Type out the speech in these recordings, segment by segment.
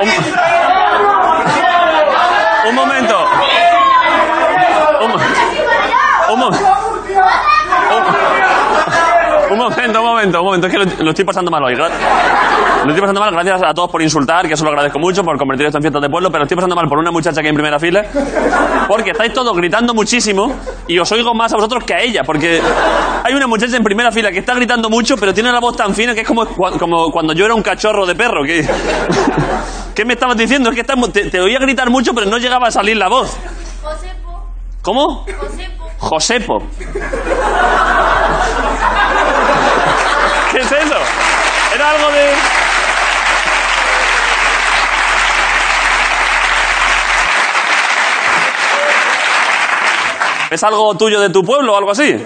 Un Um momento. Un, mo- un mo- um un- un momento, un momento, un momento. Es que lo, lo estoy pasando mal hoy. Gra- Lo estoy pasando mal. Gracias a todos por insultar, que eso lo agradezco mucho, por convertir esto en fiesta de pueblo, pero estoy pasando mal por una muchacha que hay en primera fila, porque estáis todos gritando muchísimo y os oigo más a vosotros que a ella, porque hay una muchacha en primera fila que está gritando mucho, pero tiene la voz tan fina que es como, cua- como cuando yo era un cachorro de perro. Que, ¿Qué me estabas diciendo? Es que estás mu- te, te oía gritar mucho, pero no llegaba a salir la voz. ¿Cómo? Josepo. ¿Qué es eso? Era algo de. ¿Es algo tuyo de tu pueblo o algo así?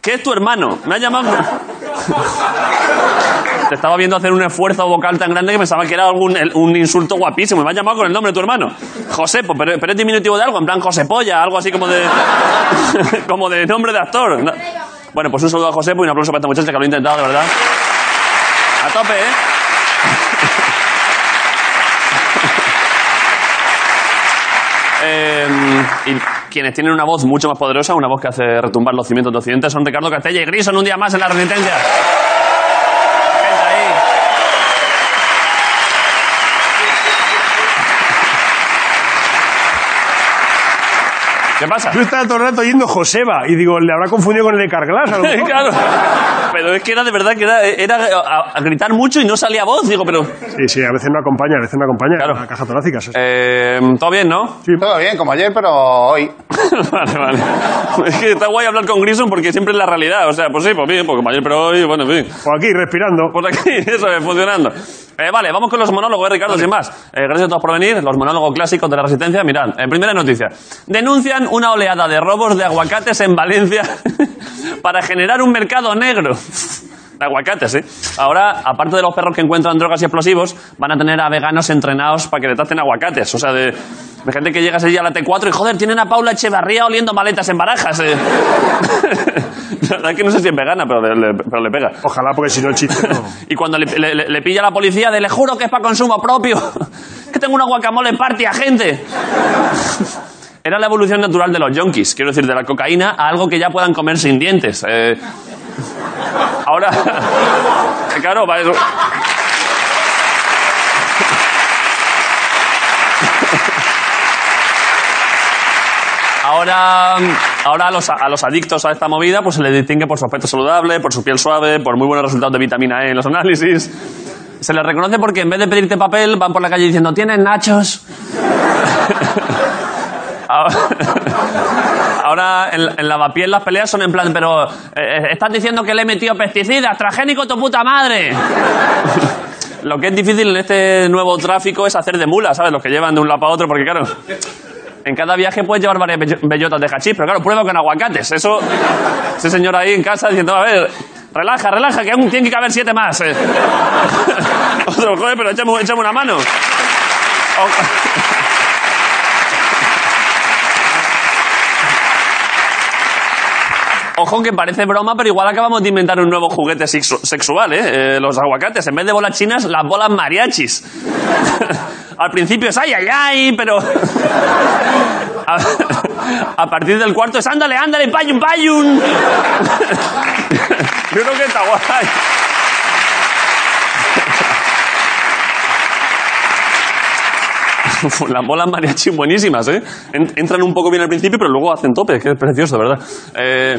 ¿Qué es tu hermano? Me ha llamado. Te estaba viendo hacer un esfuerzo vocal tan grande que pensaba que era algún, el- un insulto guapísimo. Y me ha llamado con el nombre de tu hermano. Josepo, pero, pero es diminutivo de algo, en plan José Polla, algo así como de. como de nombre de actor. No. Bueno, pues un saludo a Josepo y un aplauso para esta muchacha que lo ha intentado, de verdad. A tope, ¿eh? Eh, y quienes tienen una voz mucho más poderosa, una voz que hace retumbar los cimientos de Occidente, son Ricardo Castella y Grison un día más en la Resistencia. Gente ahí. ¿Qué pasa? Yo estaba todo el rato oyendo Joseba y digo, le habrá confundido con el de Carglass. a lo mejor. claro. Pero es que era de verdad que era, era a, a gritar mucho y no salía voz. Digo, pero. Sí, sí, a veces no acompaña, a veces no acompaña. Claro. La caja torácica. eso es. Eh, Todo bien, ¿no? Todo bien, como ayer, pero hoy. vale, vale. Es que está guay hablar con Grison porque siempre es la realidad. O sea, pues sí, pues bien, porque mayor, pero hoy, bueno, en fin. Por aquí, respirando. Por aquí, eso es, funcionando. Eh, vale, vamos con los monólogos, eh, Ricardo, sin más. Eh, gracias a todos por venir. Los monólogos clásicos de la Resistencia. Mirad, en primera noticia. Denuncian una oleada de robos de aguacates en Valencia para generar un mercado negro. De Aguacates, ¿eh? Ahora, aparte de los perros que encuentran drogas y explosivos, van a tener a veganos entrenados para que le tracen aguacates. O sea, de, de gente que llega allí a la T4 y, joder, tienen a Paula Echevarría oliendo maletas en barajas. eh. la verdad es que no sé si es vegana, pero le- le- pero le pega. Ojalá, porque si no el chiste no. Y cuando le, le- le- le pilla la policía, de le juro que es para consumo propio. que tengo una guacamole party, agente. Era la evolución natural de los yonkis, quiero decir, de la cocaína a algo que ya puedan comer sin dientes. Eh, ahora, claro, va, eso- Ahora, ahora a, los, a los adictos a esta movida pues se les distingue por su aspecto saludable, por su piel suave, por muy buenos resultados de vitamina E en los análisis. Se les reconoce porque en vez de pedirte papel van por la calle diciendo ¿tienes nachos? Ahora- Ahora en, en Lavapiés las peleas son en plan, pero eh, eh, estás diciendo que le he metido pesticidas, transgénico tu puta madre. Lo que es difícil en este nuevo tráfico es hacer de mula, ¿sabes? Los que llevan de un lado para otro, porque claro, en cada viaje puedes llevar varias bello- bellotas de hachís, pero claro, prueba con aguacates. Eso, ese señor ahí en casa diciendo, a ver, relaja, relaja, que aún tiene que caber siete más. eh. Otro, joder, pero échame, échame una mano. O- Ojo que parece broma, pero igual acabamos de inventar un nuevo juguete sexu- sexual, ¿eh? Eh, Los aguacates. En vez de bolas chinas, las bolas mariachis. Al principio es ay, ay, ay, pero... A, a partir del cuarto es ándale, ándale, payun, payun. Yo creo que está guay. Uf, Las bolas mariachi buenísimas, ¿eh? En- Entran un poco bien al principio, pero luego hacen tope, que es precioso, ¿verdad? Eh,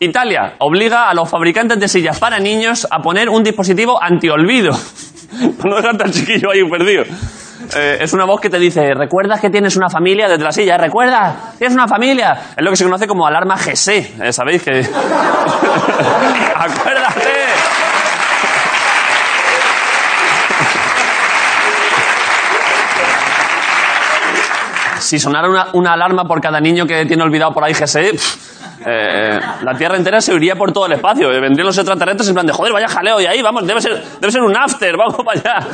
Italia obliga a los fabricantes de sillas para niños a poner un dispositivo antiolvido. Para no dejarte al chiquillo ahí perdido. Eh, es una voz que te dice, ¿recuerdas que tienes una familia desde la silla? ¿Recuerdas? Tienes una familia. Es lo que se conoce como alarma GC, eh, ¿sabéis? Que... ¡Acuérdate! si sonara una, una alarma por cada niño que tiene olvidado por ahí GSE, pf, eh, la Tierra entera se iría por todo el espacio. Eh, vendrían los extraterrestres en plan de, joder, vaya jaleo, y ahí, vamos, debe ser, debe ser un after, vamos para allá.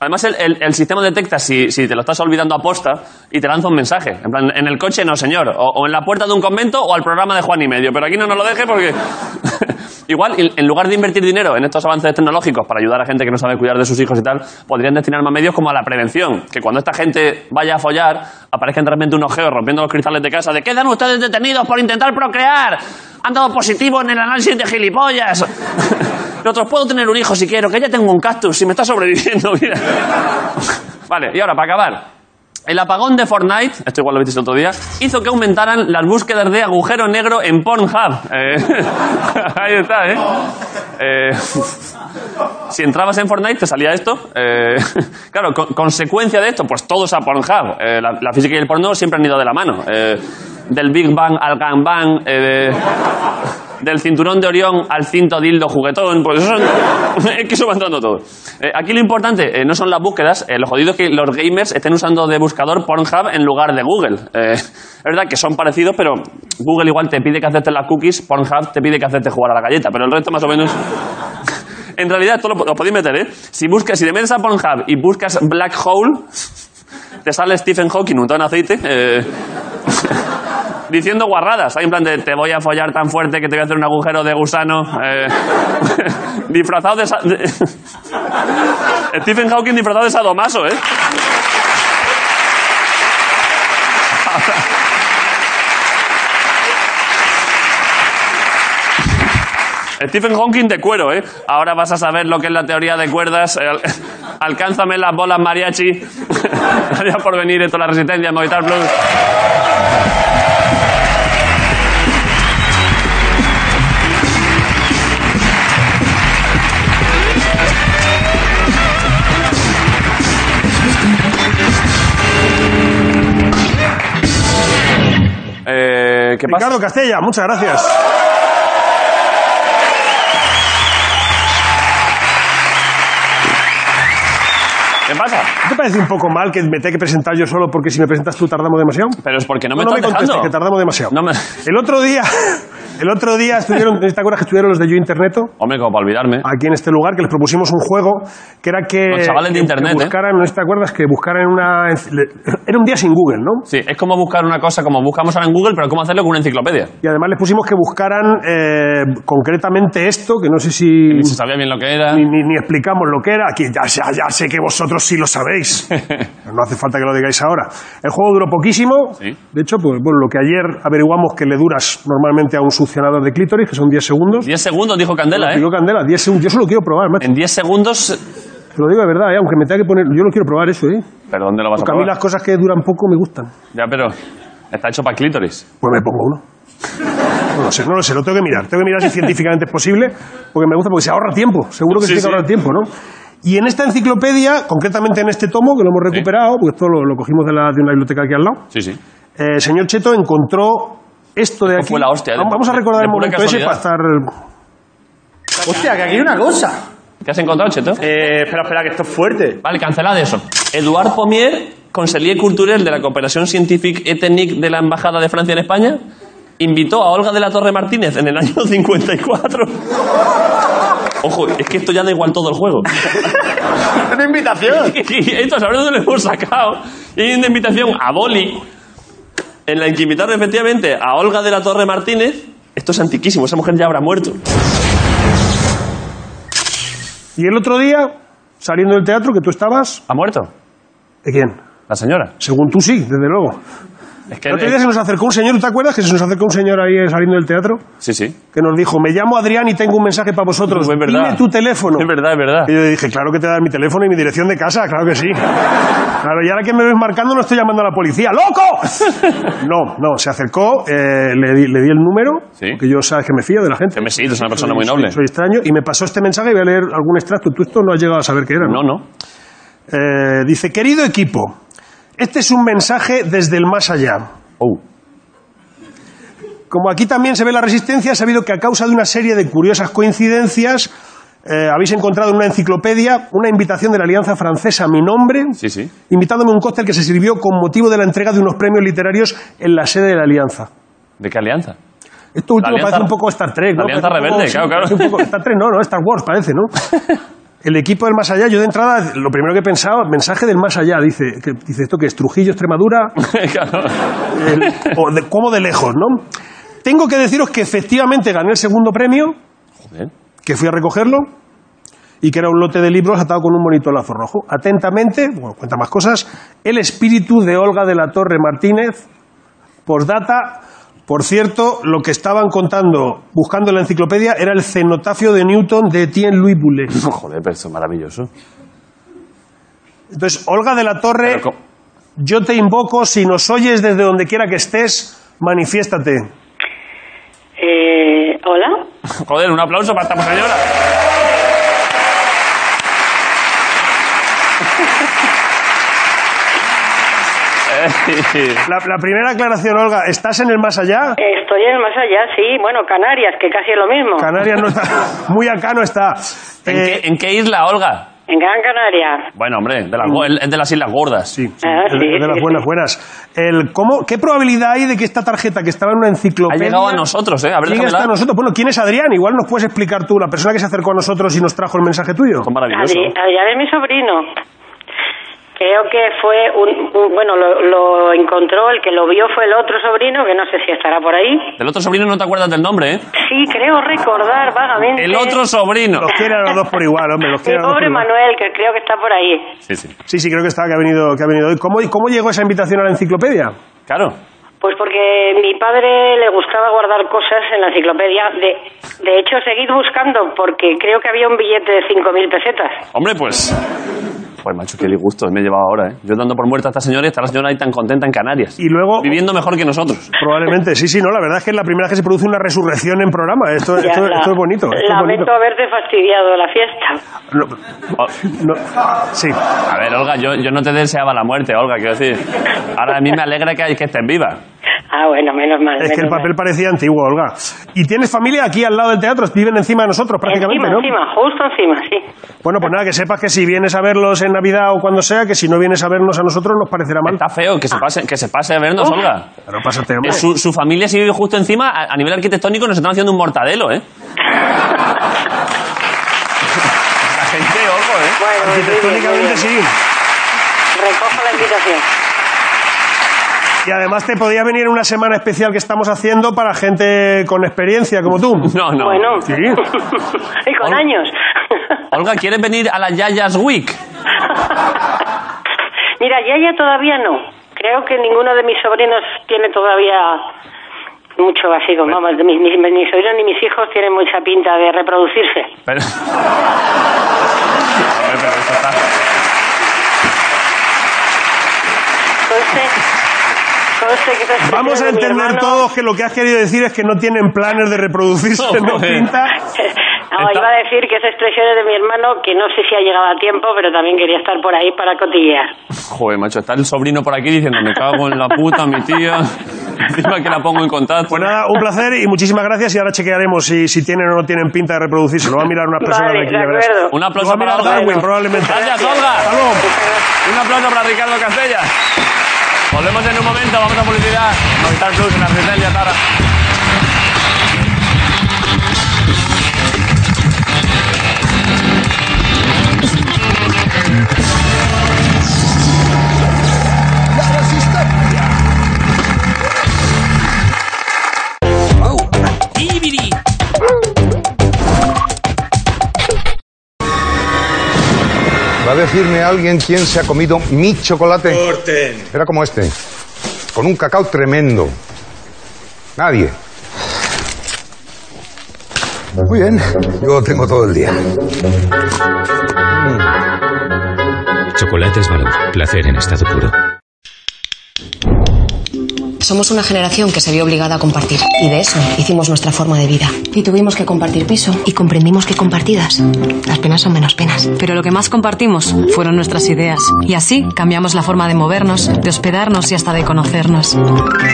Además, el, el- el sistema detecta si, si te lo estás olvidando a posta y te lanza un mensaje. En plan, en el coche no, señor. O, o en la puerta de un convento o al programa de Juan y Medio. Pero aquí no nos lo deje porque Igual, y- en lugar de invertir dinero en estos avances tecnológicos para ayudar a gente que no sabe cuidar de sus hijos y tal, podrían destinar más medios como a la prevención. Que cuando esta gente vaya a follar, aparezcan de repente unos geos rompiendo los cristales de casa de quedan ustedes detenidos por intentar procrear. Han dado positivo en el análisis de gilipollas. Nosotros puedo tener un hijo si quiero, que ya tengo un cactus, si me está sobreviviendo, mira. Vale, y ahora, para acabar. El apagón de Fortnite, esto igual lo visteis el otro día, hizo que aumentaran las búsquedas de agujero negro en Pornhub. Eh, ahí está, ¿eh? Eh, Si entrabas en Fortnite te salía esto. Eh, claro, co- consecuencia de esto, pues todos a Pornhub. Eh, la, la física y el porno siempre han ido de la mano. Eh, del Big Bang al Gangbang, eh, de- del cinturón de Orión al cinto dildo juguetón, pues eso son- es que eso va entrando todo. Eh, aquí lo importante eh, no son las búsquedas, eh, lo jodido es que los gamers estén usando de buscador Pornhub en lugar de Google. Eh, es verdad que son parecidos, pero Google igual te pide que aceptes las cookies, Pornhub te pide que aceptes jugar a la galleta, pero el resto más o menos... En realidad, esto lo, lo podéis meter, ¿eh? Si, buscas, si te metes a Pornhub y buscas Black Hole, te sale Stephen Hawking untado en aceite. eh, diciendo guarradas. Hay en plan de te voy a follar tan fuerte que te voy a hacer un agujero de gusano. eh, disfrazado de, sa- de- Stephen Hawking disfrazado de sadomaso, ¿eh? Stephen Hawking de cuero, ¿eh? Ahora vas a saber lo que es la teoría de cuerdas. eh, al- alcánzame las bolas mariachi. Gracias por venir, esto es la resistencia, Movistar Plus. Eh, ¿Qué pasa? Ricardo Castella, muchas gracias. ¿Qué pasa? ¿No te parece un poco mal que me tenga que presentar yo solo porque si me presentas tú tardamos demasiado? Pero es porque no me no, no me estás contestes, dejando. que tardamos demasiado. No me- El otro día, el otro día estuvieron, ¿te acuerdas que estuvieron los de Yo Interneto? Hombre, como para olvidarme. Ah. Aquí en este lugar, que les propusimos un juego que era que. Los chavales de que- Internet, que ¿eh? buscaran, ¿no te acuerdas? Que buscaran una. enci- le- Era un día sin Google, ¿no? Sí, es como buscar una cosa como buscamos ahora en Google, pero cómo hacerlo con una enciclopedia. Y además les pusimos que buscaran eh, concretamente esto, que no sé si. Mm. Ni se sabía bien lo que era. Ni, ni- ni explicamos lo que era. Aquí ya, sé- ya sé que vosotros sí lo sabéis. No hace falta que lo digáis ahora. El juego duró poquísimo. Sí. De hecho, pues bueno, lo que ayer averiguamos que le duras normalmente a un succionador de clítoris, que son 10 segundos. 10 segundos, dijo Candela, ¿eh? Digo, Candela, 10 segundos. Yo solo quiero probar, macho. En 10 segundos. Te lo digo de verdad, eh, aunque me tenga que poner. Yo lo quiero probar eso, ¿eh? ¿Pero dónde lo vas a Porque a mí las probar? cosas que duran poco me gustan. Ya, pero. Está hecho para clítoris. Pues me pongo uno. No lo sé, no lo sé, lo tengo que mirar. Tengo que mirar si científicamente es posible, porque me gusta, porque se ahorra tiempo. Seguro que Sí, se tiene que sí. ahorrar tiempo, ¿no? Y en esta enciclopedia, concretamente en este tomo, que lo hemos recuperado, porque esto lo, lo cogimos de, la, de una biblioteca aquí al lado, Sí, sí. el señor Cheto encontró esto de aquí. fue la hostia, de- vamos, vamos a recordar de el pura momento ese para estar... Hostia, que aquí hay una cosa. ¿Qué has encontrado, Cheto? Eh, espera, espera, que esto es fuerte. Vale, cancelad eso. Eduard Pomier, conseller cultural de la Cooperación Scientifique et Technique de la Embajada de Francia en España, invitó a Olga de la Torre Martínez en el año 54. Ojo, es que esto ya da igual todo el juego. Una invitación. Y esto sabrá dónde lo hemos sacado. Y hay una invitación a Boli, en la que invitaron efectivamente a Olga de la Torre Martínez. Esto es antiquísimo, esa mujer ya habrá muerto. Y el otro día, saliendo del teatro, que tú estabas... ¿Ha muerto? ¿De quién? La señora. Según tú sí, desde luego. Es que. El otro día se nos acercó un señor, ¿te acuerdas que se nos acercó un señor ahí eh, saliendo del teatro? Sí, sí. que nos dijo, me llamo Adrián y tengo un mensaje para vosotros. Es verdad. Dime tu teléfono. Es verdad, es verdad. Y yo dije, claro que te dar mi teléfono y mi dirección de casa, claro que sí. Claro, y ahora que me ves marcando no estoy llamando a la policía, ¡loco! No, no, se acercó, eh, le, di, le di el número, Sí. que yo sabes que me fío de la gente. Que me sí, tú eres una persona muy Soy- noble. Soy, extraño, y me pasó este mensaje y voy a leer algún extracto. Tú esto no has llegado a saber qué era. No, no. Eh, dice, querido equipo, este es un mensaje desde el más allá. Oh. Como aquí también se ve la resistencia, he sabido que a causa de una serie de curiosas coincidencias eh, habéis encontrado en una enciclopedia una invitación de la Alianza Francesa a mi nombre, Sí, sí. invitándome a un cóctel que se sirvió con motivo de la entrega de unos premios literarios en la sede de la Alianza. ¿De qué alianza? Esto último La Alianza- parece un poco Star Trek, ¿no? la Alianza Parece un Rebelde, claro, claro. parece un poco Star Trek, no, no, Star Wars parece, ¿no? El equipo del más allá, yo de entrada, lo primero que he pensado, mensaje del más allá, dice, que, dice esto que es Trujillo, Extremadura, Claro. el- o de, como de lejos, ¿no? Tengo que deciros que efectivamente gané el segundo premio Joder. que fui a recogerlo y que era un lote de libros atado con un bonito lazo rojo. Atentamente, bueno, cuenta más cosas, el espíritu de Olga de la Torre Martínez, postdata, por cierto, lo que estaban contando buscando en la enciclopedia era el cenotafio de Newton de Etienne Louis Boulet. Joder, pero eso es maravilloso. Entonces, Olga de la Torre, Pero co- yo te invoco, si nos oyes desde donde quiera que estés, manifiéstate. Eh, Hola. Joder, un aplauso para esta señora. Eh, La, la primera aclaración, Olga, ¿estás en el más allá? Estoy en el más allá, sí. Bueno, Canarias, que casi es lo mismo. Canarias no está, muy acá no está. ¿En, Eh, qué, en qué isla, Olga? en Gran Canaria. Bueno, hombre, de las go- es de las Islas Gordas. Sí, sí, Ah, es de- sí, es de las sí, buenas, buenas. El, ¿cómo, ¿Qué probabilidad hay de que esta tarjeta que estaba en una Ha enciclopedia... llegado a nosotros, ¿eh? A ver, llegue déjamela. hasta nosotros? Bueno, ¿quién es Adrián? Igual nos puedes explicar tú, la persona que se acercó a nosotros y nos trajo el mensaje tuyo. Esto es maravilloso. Adri- Adrián es mi sobrino. Creo que fue un, un- bueno, lo, lo encontró, el que lo vio fue el otro sobrino, que no sé si estará por ahí. Del otro sobrino no te acuerdas del nombre, ¿eh? Sí, creo recordar vagamente. El otro sobrino. Los quiere a los dos por igual, hombre, los El quiere a los dos por pobre igual. Manuel, que creo que está por ahí. Sí, sí. Sí, sí, creo que estaba que ha venido, que ha venido hoy. ¿Cómo, ¿Cómo llegó esa invitación a la enciclopedia? Claro. Pues porque mi padre le gustaba guardar cosas en la enciclopedia. De, de hecho, seguid buscando, porque creo que había un billete de 5.000 pesetas. Hombre, pues. Pues, macho, qué disgusto me he llevado ahora, ¿eh? Yo dando por muerta a esta señora y está la señora ahí tan contenta en Canarias. Y luego... Viviendo mejor que nosotros. Probablemente, sí, sí, no, la verdad es que es la primera vez que se produce una resurrección en programa. Esto, Ya, esto, la- esto es bonito. Esto es bonito. Lamento haberte fastidiado la fiesta. No, O- no, sí. Oh, A ver, Olga, yo, yo no te deseaba la muerte, Olga, quiero decir. Ahora a mí me alegra que, que estés viva. Ah, bueno, menos mal. Es que el menos mal. papel parecía antiguo, Olga. Y tienes familia aquí al lado del teatro, viven encima de nosotros prácticamente, Encima, ¿no? encima, justo encima, sí. Bueno, pues nada, que sepas que si vienes a verlos en Navidad o cuando sea, que si no vienes a vernos a nosotros nos parecerá mal. Está feo que se pase, que se pase a vernos, Uf. Olga. Pero pásate, hombre. Eh, su, su familia, si vive justo encima, a, a nivel arquitectónico nos están haciendo un mortadelo, ¿eh? La gente, ojo, ¿eh? Bueno, muy bien, muy Arquitectónicamente bien. sí. Recojo la invitación. Y además te podía venir una semana especial que estamos haciendo para gente con experiencia como tú. No, no. Bueno, Sí. y con Hola. años. Olga, ¿quieres venir a la Yayas Week? Mira, Yaya todavía no. Creo que ninguno de mis sobrinos tiene todavía mucho así, como vamos, de mis, mis, mis sobrinos ni mis hijos tienen mucha pinta de reproducirse. Pero... Hombre, pero esto está- Entonces, conste que estos Vamos a sobrinos de mi entender hermano- todos que lo que has querido decir es que no tienen planes de reproducirse, no Joder. pinta. No, Está- iba a decir que esa expresión es de mi hermano, que no sé si ha llegado a tiempo, pero también quería estar por ahí para cotillear. Joder, macho, está el sobrino por aquí diciendo, me cago en la puta, mi tía. Encima que la pongo en contacto. Pues nada, un placer y muchísimas gracias. Y ahora chequearemos si, si tienen o no tienen pinta de reproducirse. Lo va a mirar una persona de Vale, aquí, de ya verás. acuerdo. Un aplauso Lo va a para mirar Olga. Darwin, probablemente. Gracias, Olga. Hasta luego. Un aplauso para Ricardo Castellas. Volvemos en un momento, vamos a publicidad. Movistar Plus en Arcetel y Atara. Va a decirme alguien quién se ha comido mi chocolate. Era como este, con un cacao tremendo. Nadie. Muy bien, yo tengo todo el día. Chocolates Barón. Placer en estado puro. Somos una generación que se vio obligada a compartir y de eso hicimos nuestra forma de vida. Y tuvimos que compartir piso y comprendimos que compartidas las penas son menos penas. Pero lo que más compartimos fueron nuestras ideas. Y así cambiamos la forma de movernos, de hospedarnos y hasta de conocernos.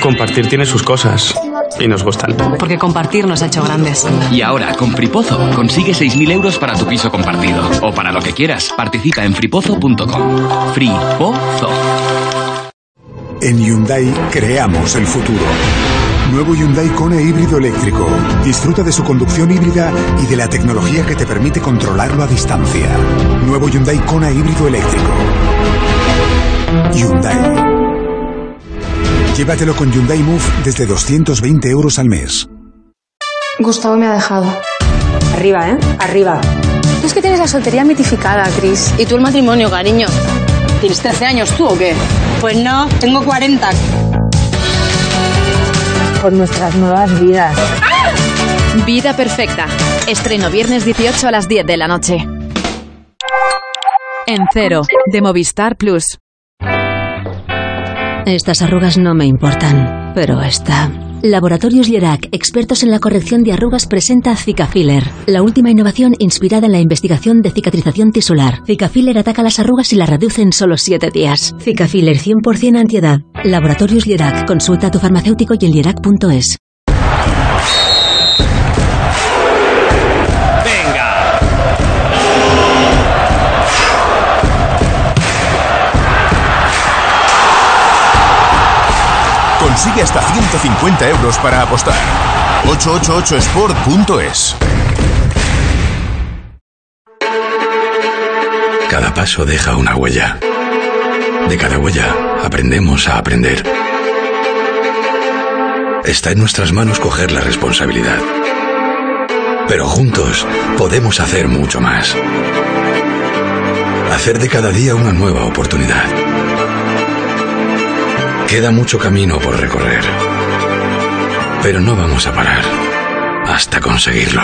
Compartir tiene sus cosas y nos gustan. Porque compartir nos ha hecho grandes. Y ahora, con Fripozo, consigue 6.000 euros para tu piso compartido. O para lo que quieras. Participa en fripozo.com. Fripozo. En Hyundai creamos el futuro. Nuevo Hyundai Kona híbrido eléctrico. Disfruta de su conducción híbrida y de la tecnología que te permite controlarlo a distancia. Nuevo Hyundai Kona híbrido eléctrico. Hyundai. Llévatelo con Hyundai Move desde 220 euros al mes. Gustavo me ha dejado. Arriba, ¿eh? Arriba. Tú es que tienes la soltería mitificada, Cris. Y tú el matrimonio, cariño. ¿Tienes 13 años tú o qué? Pues no, tengo 40. Por nuestras nuevas vidas. Vida Perfecta. Estreno viernes 18 a las 10 de la noche. En cero, de Movistar Plus. Estas arrugas no me importan, pero esta. Laboratorios Lerac, expertos en la corrección de arrugas, presenta Zika Filler, la última innovación inspirada en la investigación de cicatrización tisular. Zika Filler ataca las arrugas y las reduce en solo 7 días. Zika Filler 100% antiedad. Laboratorios Lerac, consulta a tu farmacéutico y en lerac.es. Consigue hasta 150 euros para apostar. 888sport.es Cada paso deja una huella. De cada huella aprendemos a aprender. Está en nuestras manos coger la responsabilidad. Pero juntos podemos hacer mucho más. Hacer de cada día una nueva oportunidad. Queda mucho camino por recorrer. Pero no vamos a parar hasta conseguirlo.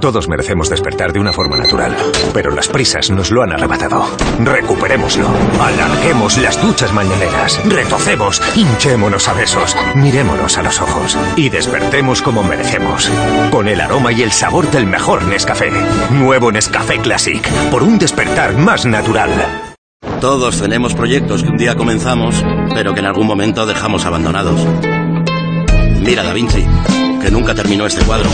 Todos merecemos despertar de una forma natural, pero las prisas nos lo han arrebatado. Recuperémoslo, alarguemos las duchas mañaneras, retocemos, hinchémonos a besos, mirémonos a los ojos y despertemos como merecemos, con el aroma y el sabor del mejor Nescafé. Nuevo Nescafé Classic, por un despertar más natural. Todos tenemos proyectos que un día comenzamos, pero que en algún momento dejamos abandonados. Mira Da Vinci, que nunca terminó este cuadro,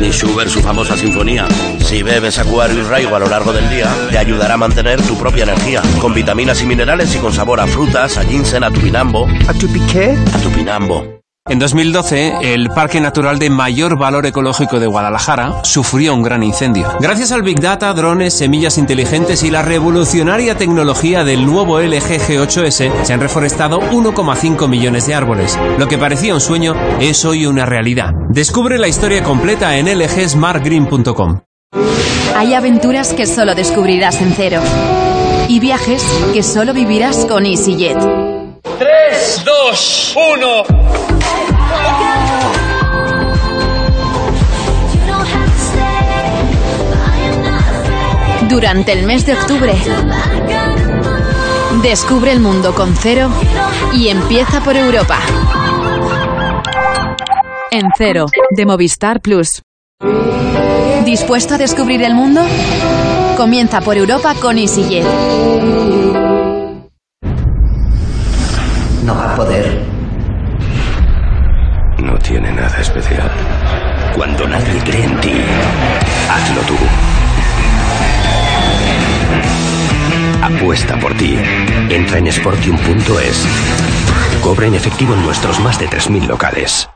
ni Schubert su famosa sinfonía. Si bebes acuario y raigo a lo largo del día, te ayudará a mantener tu propia energía, con vitaminas y minerales y con sabor a frutas, a ginseng, a tupinambo. ¿A tupiqué? A tupinambo. En 2012, el Parque Natural de Mayor Valor Ecológico de Guadalajara sufrió un gran incendio. Gracias al Big Data, drones, semillas inteligentes y la revolucionaria tecnología del nuevo LG G8S, se han reforestado 1,5 millones de árboles. Lo que parecía un sueño es hoy una realidad. Descubre la historia completa en lgsmartgreen.com. Hay aventuras que solo descubrirás en cero. Y viajes que solo vivirás con EasyJet. 3, 2, 1. Durante el mes de octubre, descubre el mundo con cero y empieza por Europa. En cero, de Movistar Plus. ¿Dispuesto a descubrir el mundo? Comienza por Europa con EasyJet. No va a poder. No tiene nada especial. Cuando nadie cree en ti, hazlo tú. Apuesta por ti. Entra en sportium.es. Cobra en efectivo en nuestros más de 3.000 locales.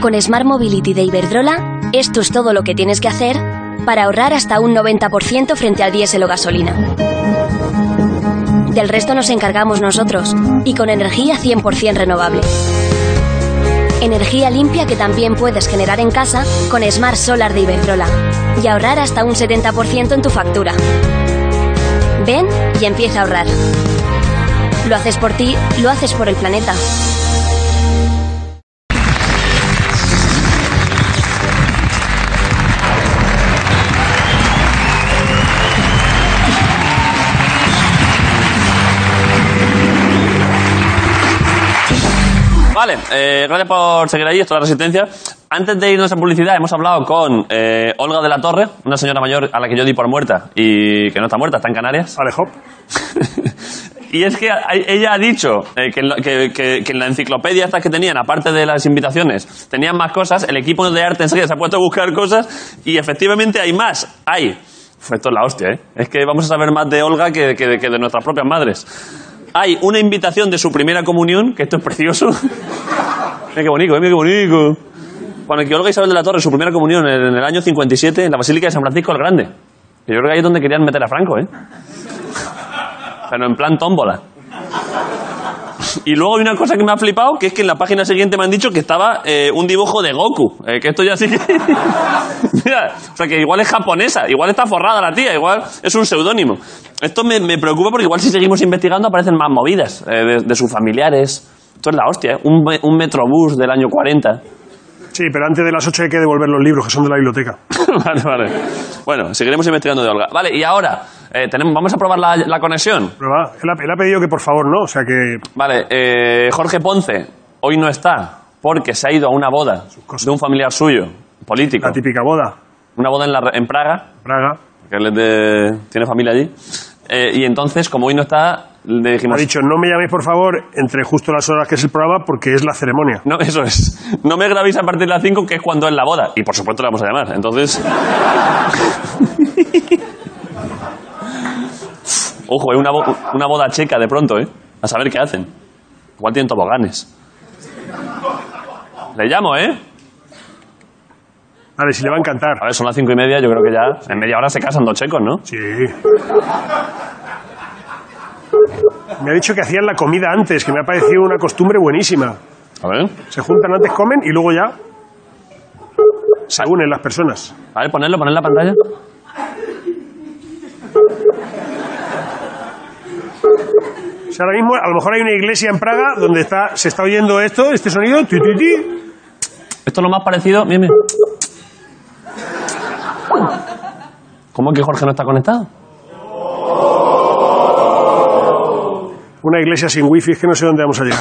Con Smart Mobility de Iberdrola, esto es todo lo que tienes que hacer para ahorrar hasta un 90% frente al diésel o gasolina. Del resto nos encargamos nosotros y con energía 100% renovable. Energía limpia que también puedes generar en casa con Smart Solar de Iberdrola y ahorrar hasta un 70% en tu factura. Ven y empieza a ahorrar. Lo haces por ti, lo haces por el planeta. Vale, eh, gracias por seguir ahí, esto es la resistencia. Antes de irnos a publicidad, hemos hablado con eh, Olga de la Torre, una señora mayor a la que yo di por muerta y que no está muerta, está en Canarias. Alejo. y es que a- ella ha dicho eh, que, en la- que- que- que en la enciclopedia estas que tenían, aparte de las invitaciones, tenían más cosas. El equipo de arte enseguida se ha puesto a buscar cosas y efectivamente hay más. Hay. Fue esto es la hostia, ¿eh? Es que vamos a saber más de Olga que- que- que de nuestras propias madres. Hay una invitación de su primera comunión, que esto es precioso. Mira qué bonito, eh, mira qué bonito. Bueno, aquí Olga Isabel de la Torre, su primera comunión en en el año 57 en la Basílica de San Francisco el Grande. Que yo creo que ahí es donde querían meter a Franco, ¿eh? Pero en plan tómbola. Y luego hay una cosa que me ha flipado, que es que en la página siguiente me han dicho que estaba eh, un dibujo de Goku. Eh, que esto ya sí que... Mira, o sea, que igual es japonesa, igual está forrada la tía, igual es un seudónimo. Esto me, me preocupa porque igual si seguimos investigando aparecen más movidas eh, de, de sus familiares. Esto es la hostia, ¿eh? un, me- un metrobús del año 40. Sí, pero antes de las 8 hay que devolver los libros que son de la biblioteca. vale, vale. Bueno, seguiremos investigando de Olga. Vale, y ahora, eh, tenemos, vamos a probar la, la conexión. Pero va, él, ha, él ha pedido que por favor no, o sea que... Vale, eh, Jorge Ponce hoy no está porque se ha ido a una boda de un familiar suyo, político. La típica boda. Una boda en, la- en Praga, Praga. porque él es de- tiene familia allí. Eh, y entonces, como hoy no está, le dijimos... Ha dicho, no me llaméis por favor entre justo las horas que es el programa porque es la ceremonia. No, eso es. No me grabéis a partir de las 5, que es cuando es la boda. Y por supuesto la vamos a llamar. Entonces. Ojo, es una, bo- una boda checa de pronto, ¿eh? A saber qué hacen. Igual tienen toboganes. Le llamo, ¿eh? Vale, si le va a encantar. A ver, son las cinco y media, yo creo que ya. En media hora se casan dos checos, ¿no? Sí. Me ha dicho que hacían la comida antes, que me ha parecido una costumbre buenísima. A ver. Se juntan antes, comen y luego ya se unen las personas. A ver, ponerlo, poner la pantalla. O sea, ahora mismo a lo mejor hay una iglesia en Praga donde está, se está oyendo esto, este sonido. ti, ti, ti. Esto es lo más parecido. Mira, mira. ¿Cómo que Jorge no está conectado? Una iglesia sin wifi, es que no sé dónde vamos a llegar.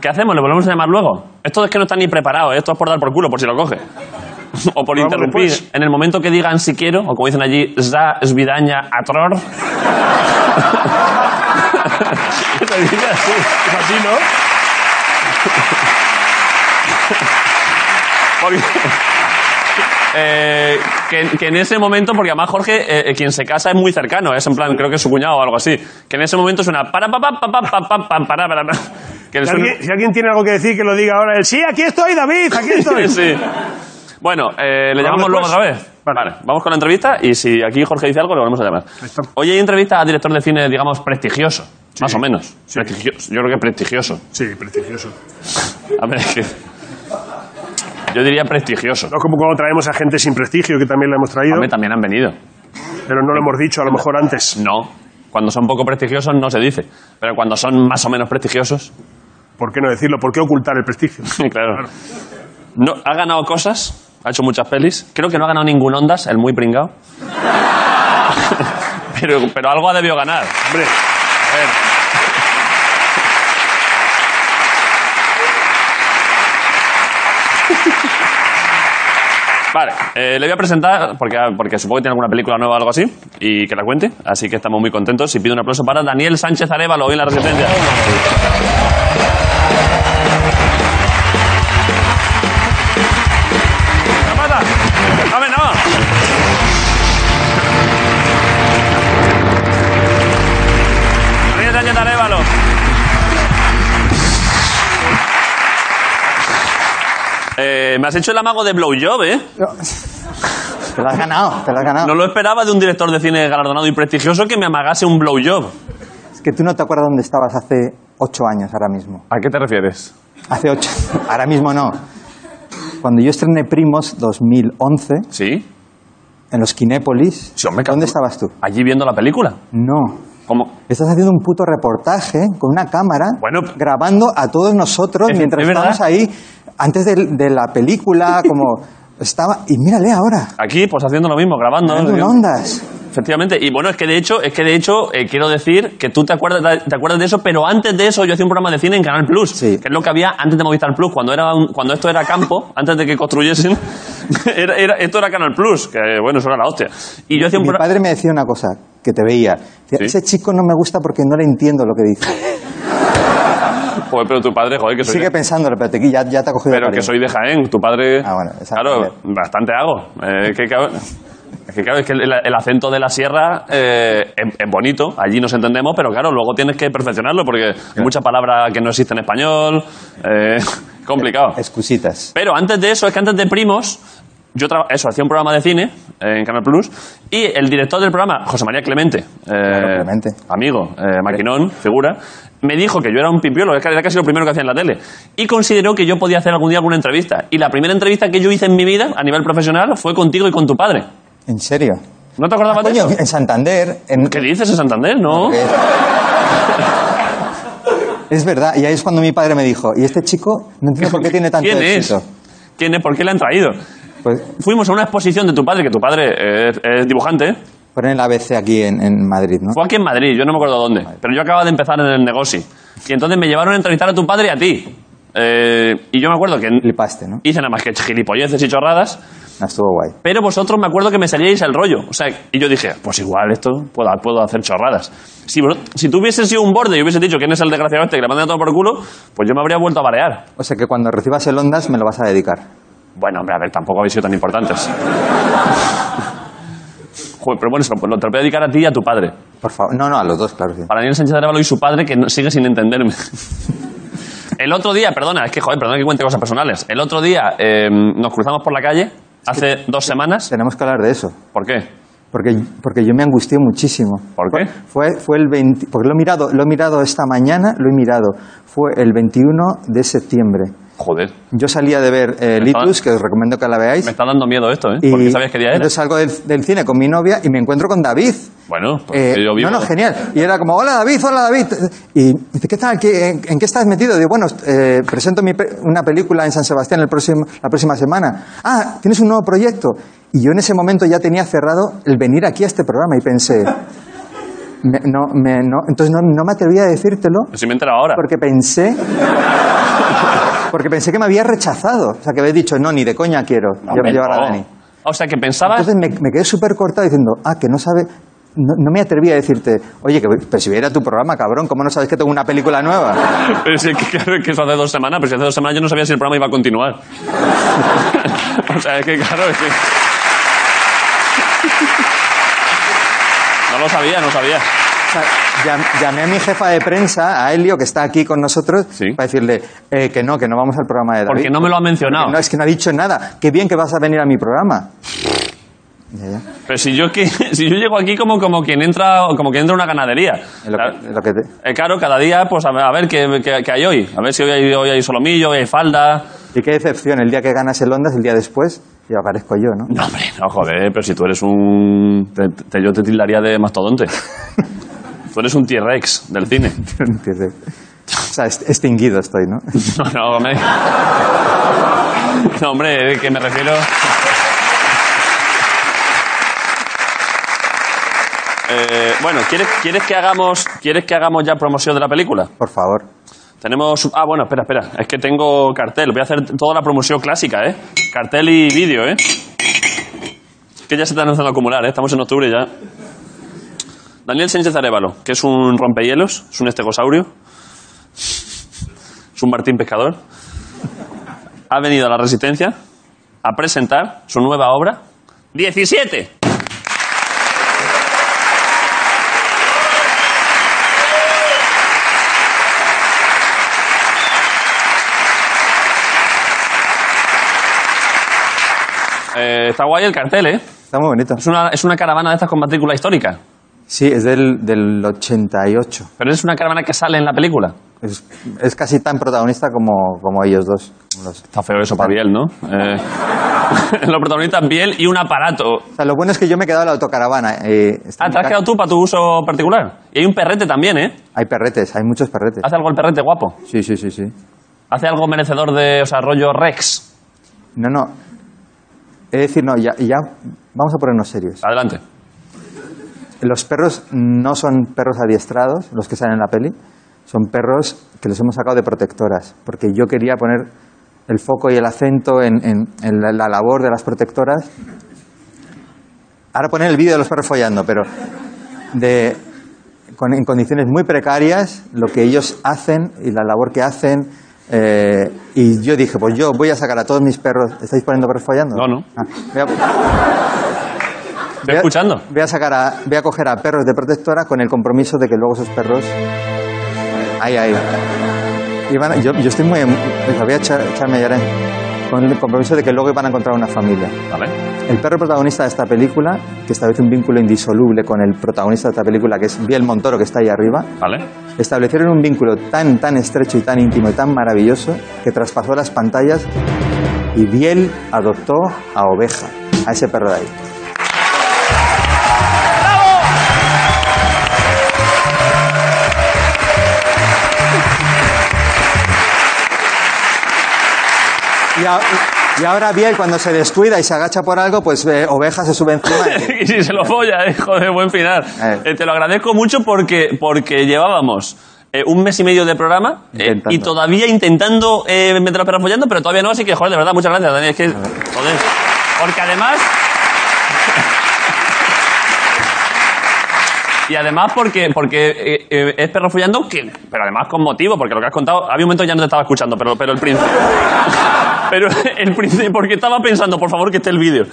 ¿Qué hacemos? ¿Le volvemos a llamar luego? Esto es que no está ni preparado, ¿eh? esto es por dar por culo, por si lo coge. o por interrumpir. En el momento que digan si quiero, o como dicen allí, za svidaña atror. Es así, ¿no? Porque- Eh, que, que en ese momento, porque además Jorge, eh, eh, quien se casa es muy cercano, es en plan, creo que es su cuñado o algo así. Que en ese momento suena para pa pa pa pa pa pa pa para para. pa. Que le Si suena- alguien, si alguien tiene algo que decir, que lo diga ahora él. Sí, aquí estoy, David, aquí estoy. Sí. Bueno, eh, le llamamos ¿Vamos luego después? otra vez. Vale. vamos con la entrevista y si aquí Jorge dice algo, lo volvemos a llamar. Hoy hay entrevista a director de cine, digamos, prestigioso, más o menos. Prestigioso. Yo creo que prestigioso. Sí, prestigioso. A ver, es que... Yo diría prestigioso. No como cuando traemos a gente sin prestigio, que también la hemos traído. Hombre, también han venido. Pero no lo hemos dicho, a lo mejor antes. No. Cuando son poco prestigiosos no se dice. Pero cuando son más o menos prestigiosos... ¿Por qué no decirlo? ¿Por qué ocultar el prestigio? claro. No, ha ganado cosas, ha hecho muchas pelis. Creo que no ha ganado ningún Ondas, el muy pringao. pero, pero algo ha debido ganar. Hombre. A ver. Vale, eh, le voy a presentar, porque, ah, porque supongo que tiene alguna película nueva o algo así, y que la cuente, así que estamos muy contentos. Y pido un aplauso para Daniel Sánchez Arevalo, hoy en La Resistencia. ¡Zapata! ¡Dame no! Daniel Sánchez Arevalo. Eh, me has hecho el amago de Blowjob, ¿eh? Te lo has ganado, te lo has ganado. No lo esperaba de un director de cine galardonado y prestigioso que me amagase un blowjob. Es que tú no te acuerdas dónde estabas hace ocho años ahora mismo. ¿A qué te refieres? Hace ocho. Ahora mismo no. Cuando yo estrené Primos 2011. Sí. En los Kinépolis. ¿Dónde estabas tú? Allí viendo la película. No. ¿Cómo? Estás haciendo un puto reportaje con una cámara. Grabando a todos nosotros Es- mientras es verdad. estábamos ahí. Antes de, de la película, como. Estaba. Y mírale ahora. Aquí, pues haciendo lo mismo, grabando. Grabando en ondas. Efectivamente. Y bueno, es que de hecho, es que de hecho, eh, quiero decir que tú te acuerdas, te acuerdas de eso, pero antes de eso yo hacía un programa de cine en Canal Plus, que es lo que había antes de Movistar Plus, cuando era un- cuando esto era campo, antes de que construyesen, era- era- esto era Canal Plus, que bueno, eso era la hostia. Y yo hacía un Mi programa. padre me decía una cosa que te veía. Decía, Ese chico no me gusta porque no le entiendo lo que dice. Joder, pero tu padre, joder, que soy Sigue pensándolo, pero te, ya, ya te ha cogido Pero cariño. que soy de Jaén, tu padre. claro, bastante hago. Eh, que cab- es que, claro, es que el, el acento de la sierra eh, es, es bonito, allí nos entendemos, pero claro, luego tienes que perfeccionarlo porque hay muchas palabras que no existen en español. eh, complicado. Excusitas. Pero antes de eso, es que antes de primos. yo traba- eso, hacía un programa de cine eh, en Canal Plus y el director del programa, José María Clemente, eh, amigo, eh, maquinón, figura, me dijo que yo era un pimpiolo, que era casi lo primero que hacía en la tele, y consideró que yo podía hacer algún día alguna entrevista. Y la primera entrevista que yo hice en mi vida a nivel profesional fue contigo y con tu padre. ¿En serio? Ah, ¿No te acordabas de eso? En Santander. En... ¿Qué dices en Santander? No. Eh, Es verdad, y ahí es cuando mi padre me dijo, y este chico no entiendo por qué tiene tanto ¿Quién es? éxito. Pues- ¿Quién es? ¿Por qué le han traído? Fuimos a una exposición de tu padre, que tu padre eh, es, es dibujante. Fue en el ABC aquí en, en Madrid, ¿no? Fue aquí en Madrid, yo no me acuerdo dónde, pero yo acababa de empezar en el negocio. Y entonces me llevaron a entrevistar a tu padre y a ti. Eh, y yo me acuerdo que hice nada más que gilipolleces y chorradas, No, estuvo guay. pero vosotros me acuerdo que me salíais el rollo. O sea, y yo dije, pues igual esto puedo, puedo hacer chorradas. Si, vos- si tú hubieses sido un borde y hubiese dicho quién es el desgraciado este que le mandan a todo por culo, pues yo me habría vuelto a marear. O sea que cuando recibas el Ondas me lo vas a dedicar. Bueno, hombre, a ver, tampoco habéis sido tan importantes. Joder, pero bueno, se lo, lo te lo voy a dedicar a ti y a tu padre. Por favor, no, no, a los dos, claro. Sí. Para Daniel Sánchez Arevalo y su padre, que no- sigue sin entenderme. El otro día, perdona, es que, joder, perdona que cuente cosas personales. El otro día eh, nos cruzamos por la calle, hace dos semanas. Tenemos que hablar de eso. ¿Por qué? Porque, porque yo me angustié muchísimo. ¿Por qué? Fue, fue el 20, porque lo he mirado, lo he mirado esta mañana, lo he mirado. Fue el 21 de septiembre. Joder. Yo salía de ver eh, Me está- Litus, que os recomiendo que la veáis. Me está dando miedo esto, ¿eh? y Porque sabías qué día era. entonces salgo del, del cine con mi novia y me encuentro con David. Bueno, pues Eh, que yo vivo. no, no, genial. Y era como, hola David, hola David. Y dice, ¿qué tal? ¿Qué- en, en qué estás metido? Digo, bueno, eh, presento mi pe- una película en San Sebastián el próximo, la próxima semana. Ah, tienes un nuevo proyecto. Y yo en ese momento ya tenía cerrado el venir aquí a este programa y pensé, me- no, me- no, entonces no, no me atreví a decírtelo Si me he enterado ahora. porque pensé. Porque pensé que me había rechazado. O sea, que había dicho, no, ni de coña quiero Hombre, llevar a no. Dani. O sea, que pensabas. Entonces me, me quedé súper cortado diciendo, ah, que no sabe. No, no me atreví a decirte, oye, que pero si viera tu programa, cabrón, ¿cómo no sabes que tengo una película nueva? Pero si es que, claro, que eso hace dos semanas, pero si hace dos semanas yo no sabía si el programa iba a continuar. o sea, es que claro, es que... No lo sabía, no sabía. O sea, llam- llamé a mi jefa de prensa, a Helio, que está aquí con nosotros, para decirle eh, que no, que no vamos al programa de David. Porque no me lo ha mencionado. Porque No, es que no ha dicho nada. Qué bien que vas a venir a mi programa. Ya, ya. Pero si yo, que, si yo llego aquí como, como quien entra como quien entra a una ganadería. Eh, claro, cada día, pues a ver, a ver qué, qué- qué hay hoy. A ver si hoy hay, hoy hay solomillo, hoy hay falda. Y qué decepción, el día que ganas el Ondas, el día después, yo aparezco yo, ¿no? No, hombre, no, joder, pero si tú eres un... te- te- yo te tildaría de mastodonte. tú eres un T-Rex del cine. Entiende. O sea, est- extinguido estoy, ¿no? No, no, hombre. No, hombre, eh, que me refiero. Eh, bueno, ¿quieres, ¿quieres, que hagamos, ¿quieres que hagamos ya promoción de la película? Por favor. Tenemos. Ah, bueno, espera, espera. Es que tengo cartel. Voy a hacer toda la promoción clásica, ¿eh? Cartel y vídeo, ¿eh? Que ya se está empezando a acumular, ¿eh? Estamos en octubre ya. Daniel Sánchez Arevalo, que es un rompehielos, es un estegosaurio, es un Martín Pescador, ha venido a la Resistencia a presentar su nueva obra, 17. Eh, está guay el cartel, ¿eh? Está muy bonito. Es una, es una caravana de estas con matrícula histórica, Sí, es del, del 88. pero es una caravana que sale en la película. Es, es casi tan protagonista como, como ellos dos. Está feo eso para Biel, ¿no? Eh, los protagonistas Biel y un aparato. O sea, lo bueno es que yo me he quedado en la autocaravana. eh, está Ah, en te has ca- quedado tú para tu uso particular. Y hay un perrete también, ¿eh? Hay perretes, hay muchos perretes. Hace algo el perrete guapo. Sí, sí, sí, sí. Hace algo merecedor de, o sea, rollo Rex. No, no. Es decir, no, ya, ya vamos a ponernos serios. Adelante. Los perros no son perros adiestrados, los que salen en la peli. Son perros que los hemos sacado de protectoras. Porque yo quería poner el foco y el acento en, en- en la, la labor de las protectoras. Ahora poner el vídeo de los perros follando, pero de, con- en condiciones muy precarias, lo que ellos hacen y la labor que hacen. eh, y yo dije, pues yo voy a sacar a todos mis perros. ¿Estáis poniendo perros follando? No, no. Estoy escuchando. Voy a, sacar a, voy a coger a perros de protectora con el compromiso de que luego esos perros. Ahí, ahí. Y van a- yo, yo estoy muy. em- pues, voy a echar- echarme a llorar. con el compromiso de que luego iban a encontrar una familia. El perro protagonista de esta película, que establece un vínculo indisoluble con el protagonista de esta película, que es Biel Montoro, que está ahí arriba, establecieron un vínculo tan, tan estrecho y tan íntimo y tan maravilloso que traspasó las pantallas y Biel adoptó a Oveja, a ese perro de ahí. Y, a- y ahora Biel, cuando se descuida y se agacha por algo, pues eh, Oveja se sube encima. y si se lo folla, eh, joder, buen final. Eh, te lo agradezco mucho porque, porque llevábamos eh, un mes y medio de programa eh, y todavía intentando eh, meter los perros follando, pero todavía no, así que, joder, de verdad, muchas gracias, Dani. Es que, joder, porque además... Y además porque, porque eh, eh, es perro follando, que, pero además con motivo, porque lo que has contado, había un momento que ya no te estaba escuchando, pero, pero el príncipe... Pero el príncipe, porque estaba pensando, por favor, que esté el vídeo.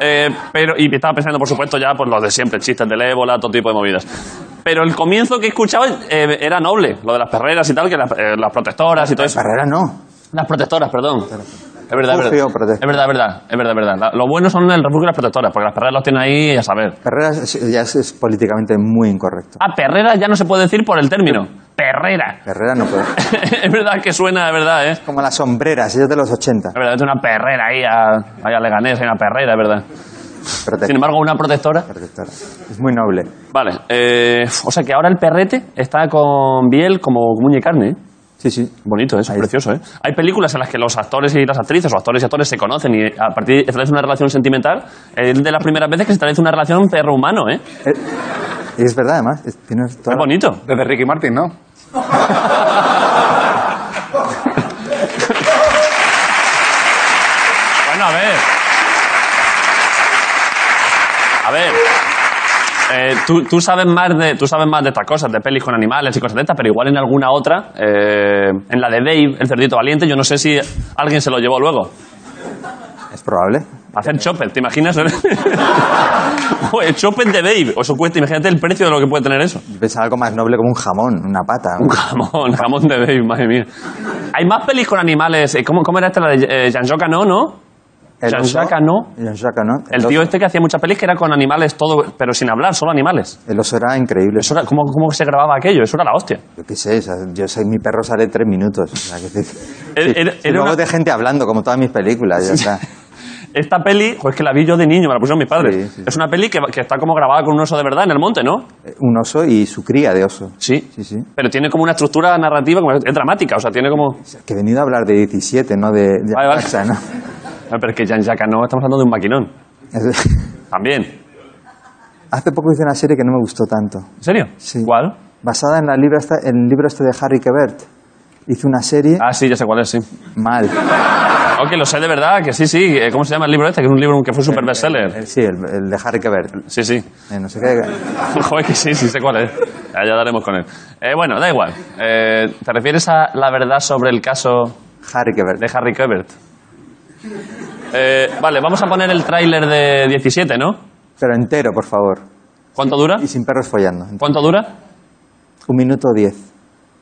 Eh, pero, y estaba pensando, por supuesto, ya por los de siempre, chistes del ébola, todo tipo de movidas. Pero el comienzo que escuchaba eh, era noble, lo de las perreras y tal, que las, eh, las protectoras y todo eso. Las perreras no. Las protectoras, perdón. Es verdad, es Refugio, verdad. Es verdad, es verdad, es verdad, es verdad. La- Lo bueno son el refugio y las protectoras, porque las perreras los tienen ahí a saber. Carreras es- ya es, es políticamente muy incorrecto. Ah, perrera ya no se puede decir por el término. Perrera. Perrera no puede. es verdad que suena, es verdad, ¿eh? Es Como las sombreras, ellos de los 80. verdad, es una perrera ahí a, ahí a Leganés, hay una perrera, es verdad. Protectora. Sin embargo, una protectora. Protectora. Es muy noble. Vale, eh, o sea que ahora el perrete está con Biel como muñe y carne. ¿eh? Sí, sí. Bonito, eso, precioso, ¿eh? Hay películas en las que los actores y las actrices, o actores y actores, se conocen y a partir de establece una relación sentimental. Es de las primeras veces que se establece una relación perro-humano, ¿eh? Y es verdad, además. es- tienes toda Es la- bonito. Desde Ricky Martin, ¿no? Bueno, a ver. A ver. Eh, tú, tú sabes más de, tú sabes más de estas cosas, de pelis con animales y cosas de estas, pero igual en alguna otra, eh, en la de Dave, el cerdito valiente, yo no sé si alguien se lo llevó luego. Es probable. Hacer chopper, ¿te imaginas? Joder, chopper de Dave, o eso cuesta, imagínate el precio de lo que puede tener eso. Yo Pensaba algo más noble como un jamón, una pata. Un jamón, jamón de Dave, madre mía. Hay más pelis con animales, eh, ¿cómo, cómo era esta la de eh, Jean-Jacques Cano, no? El oso. Jean-Jacques Cano. Jean-Jacques Cano. El tío este que hacía muchas pelis que era con animales todo, pero sin hablar, solo animales. El oso era increíble. Eso era- ¿cómo, cómo se grababa aquello? Eso era la hostia. Yo qué sé, o sea, yo sé, mi perro sale tres minutos. o sea, que decir- Era- Sí, era- sí, era luego una- de gente hablando, como todas mis películas, ya está. Esta peli, jo, es que la vi yo de niño, me la pusieron mis padres. Es una peli que, va- que está como grabada con un oso de verdad en el monte, ¿no? Eh, Un oso y su cría de oso. Sí. Sí, sí. Pero tiene como una estructura narrativa, como, es dramática, o sea, tiene como... Que he venido a hablar de 17, no de... de Vale, vale. Alexa, ¿no? Ah, pero es que Jean-Jacques Cano, estamos hablando de un maquinón. También. Hace poco hice una serie que no me gustó tanto. ¿En serio? Sí. ¿Cuál? Basada en, la libra esta- en el libro este de Harry Quebert. Hice una serie... Ah, sí, ya sé cuál es, sí. Mal. Oh, que lo sé de verdad, que sí, sí. Eh, ¿Cómo se llama el libro este? Que es un libro que fue super bestseller. Sí, el, el de Harry Quebert. Sí, sí. Eh, no sé qué... Joder, que sí, sí sé cuál es. Ya, ya daremos con él. Eh, bueno, da igual. Eh, ¿Te refieres a la verdad sobre el caso Harry Quebert. de Harry Quebert? Eh, vale, vamos a poner el tráiler de 17, ¿no? Pero entero, por favor. ¿Cuánto dura? Y sin perros follando. ¿Cuánto dura? Un minuto diez.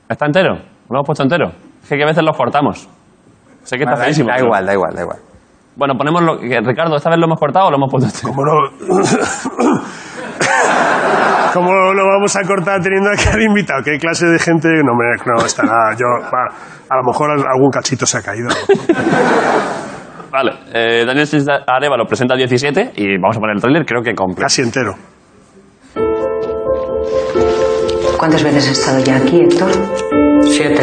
¿Está entero? ¿Lo hemos puesto entero? Es que a veces los cortamos. Sé que está Bueno, da- feísimo. Da pero- igual, da igual, da igual. Bueno, ponemos lo que... Ricardo, ¿esta vez lo hemos cortado o lo hemos puesto entero? Como no? ¿Cómo lo vamos a cortar teniendo aquí al invitado? ¿Qué clase de gente? No, hombre, no está nada. Yo, va, a lo mejor algún cachito se ha caído. Vale, eh, Daniel Sis- Arevalo presenta 17 y vamos a poner el tráiler, creo que completo. Casi entero. ¿Cuántas veces has estado ya aquí, Héctor? Siete.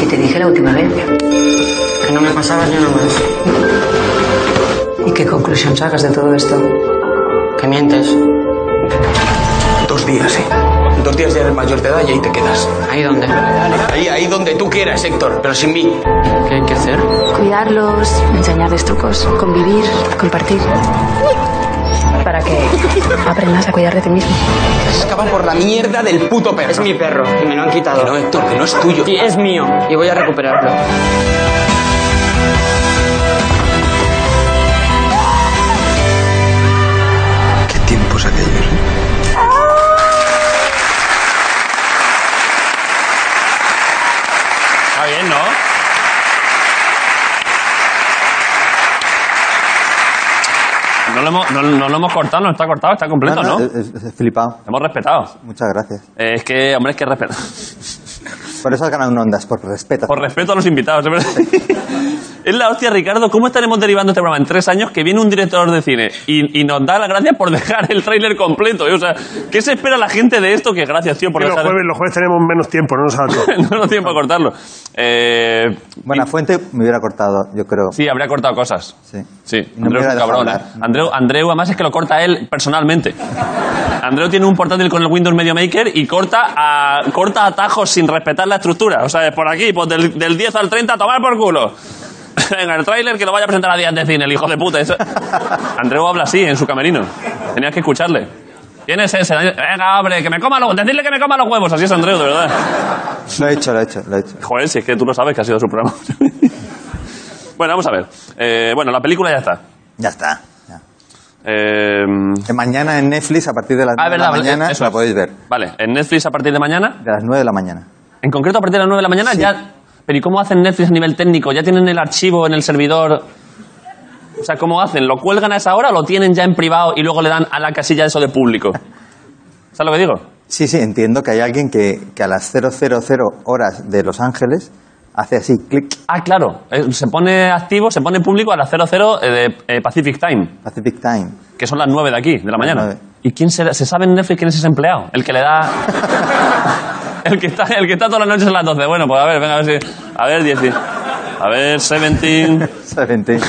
¿Qué te dije la última vez? Que no me pasabas ni una más. ¿Y qué conclusión sacas de todo esto? Que mientes. Dos días, ¿eh? Dos días ya eres mayor de edad y ahí te quedas. ¿Ahí dónde? Ahí, ahí donde tú quieras, Héctor, pero sin mí. ¿Qué hay que hacer? Cuidarlos, enseñarles trucos, convivir, compartir. Para que aprendas a cuidar de ti mismo. Se escapa por la mierda del puto perro. Es mi perro, que me lo han quitado. no, Héctor, que no es tuyo. Y es mío, y voy a recuperarlo. ¿Qué tiempos aquellos? Está bien, ¿no? lo hemos, no, no lo hemos cortado, no está cortado, está completo, ¿no? Es- es- es flipado. Hemos respetado. Muchas gracias. Eh, es que, hombre, es que respeto. Por eso has ganado un Ondas, por respeto. Por respeto a los invitados, es verdad. Es la hostia, Ricardo. ¿Cómo estaremos derivando este programa en tres años que viene un director de cine y, y nos da las gracias por dejar el tráiler completo? eh? O sea, ¿qué se espera la gente de esto? Que gracias, tío, por Que los, dejar... jueves, los jueves tenemos menos tiempo, no nos ha dado tiempo. no nos da tiempo a cortarlo. Eh, Buena fuente me hubiera cortado, yo creo. sí, habría cortado cosas. Sí. Sí, No Andreu es me un la deja cabrón. hablar. ¿eh? Andreu, Andreu, además es que lo corta él personalmente. Andreu tiene un portátil con el Windows Media Maker y corta, a, corta atajos sin respetar la estructura. O sea, por aquí, pues del, del 10 al 30, a tomar por culo. Venga, el tráiler que lo vaya a presentar a Díaz de Cine, el hijo de puta. Eso- Andreu habla así en su camerino. Tenías que escucharle. ¿Quién es ese? Venga, hombre, que me coma los Decidle que me coma los huevos. Así es Andreu, de verdad. Lo he hecho, lo he hecho, lo he hecho. Joder, si es que tú lo sabes que ha sido su programa. bueno, vamos a ver. Eh, bueno, la película ya está. Ya está. Eh, Que mañana en Netflix, a partir de las Ah, 9 de la verdad, mañana, eso la es. podéis ver. vale, en Netflix a partir de mañana. De las 9 de la mañana. En concreto, a partir de las 9 de la mañana ya. Pero ¿y cómo hacen Netflix a nivel técnico? ¿Ya tienen el archivo en el servidor? O sea, ¿cómo hacen? ¿Lo cuelgan a esa hora o lo tienen ya en privado y luego le dan a la casilla eso de público? ¿Sabes lo que digo? Sí, sí, entiendo que hay alguien que, que a las 000 horas de Los Ángeles hace así, clic, Ah, claro. eh, se pone activo, se pone público a las 00 eh, de eh, Pacific Time, Pacific Time. que son las 9 de aquí, de la mañana. nueve. ¿Y quién se, se sabe en Netflix quién es ese empleado? El que le da... El que está, el que está todas las noches a las 12. Bueno, pues a ver, venga, a ver si... A ver, 10. A ver, 17... 17.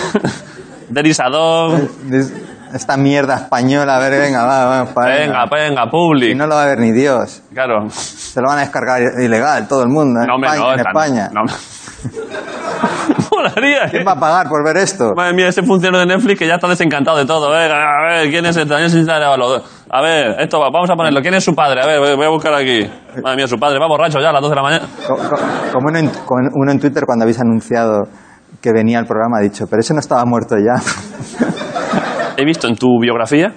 There is a dog. Es- Esta mierda española, a ver, venga, va, va, para, Venga, venga, public. Si no lo va a ver ni Dios. Claro. Se lo van a descargar ilegal todo el mundo en No, hombre, España. no, en tan- España. no, hombre. Molaría, ¿eh? ¿Quién va a pagar por ver esto? Madre mía, ese funcionario de Netflix que ya está desencantado de todo. Venga, a ver, ¿quién es este? ¿Quién es este? A ver, esto va, vamos a ponerlo. ¿Quién es su padre? A ver, voy a buscar aquí. Madre mía, su padre va borracho ya a las 12 de la mañana. Co- co- Como uno en, con- uno en Twitter cuando habéis anunciado que venía el programa ha dicho, pero ese no estaba muerto ya. He visto en tu biografía,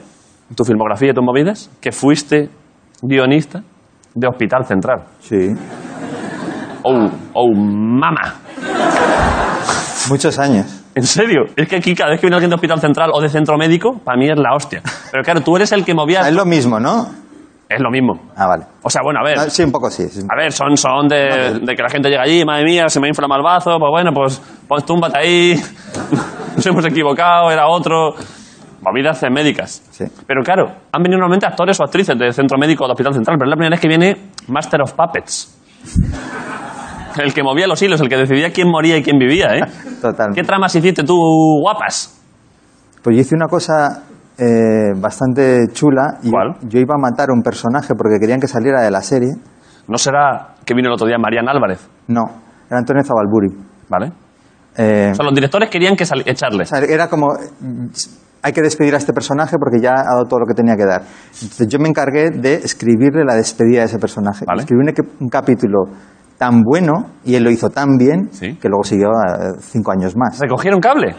en tu filmografía y tus movidas, que fuiste guionista de Hospital Central. Sí. Oh, oh, mama. Muchos años. ¿En serio? Es que aquí cada vez que viene alguien de Hospital Central o de Centro Médico, para mí es la hostia. Pero claro, tú eres el que movía... Es lo mismo, ¿no? Es lo mismo. Ah, vale. O sea, bueno, a ver... Ah, Sí, un poco sí. sí. A ver, son, son de, de que la gente llega allí, madre mía, se me inflama el bazo, pues bueno, pues, pues túmbate ahí, nos hemos equivocado, era otro. Movidas eh, médicas. Sí. Pero claro, han venido normalmente actores o actrices del Centro Médico o del Hospital Central, pero es la primera vez que viene Master of Puppets. El que movía los hilos, el que decidía quién moría y quién vivía, ¿eh? Total. ¿Qué tramas hiciste tú, guapas? Pues yo hice una cosa eh, bastante chula. y ¿Cuál? Yo iba a matar a un personaje porque querían que saliera de la serie. ¿No será que vino el otro día Marian Álvarez? No, era Antonio Zabalburi. ¿Vale? Eh, O sea, los directores querían que sal- echarle. o sea, era como, mm, hay que despedir a este personaje porque ya ha dado todo lo que tenía que dar. Entonces yo me encargué de escribirle la despedida de ese personaje. Vale. Escribí un, equi- un capítulo tan bueno y él lo hizo tan bien Sí. que luego siguió eh, cinco años más. ¿Recogieron cable?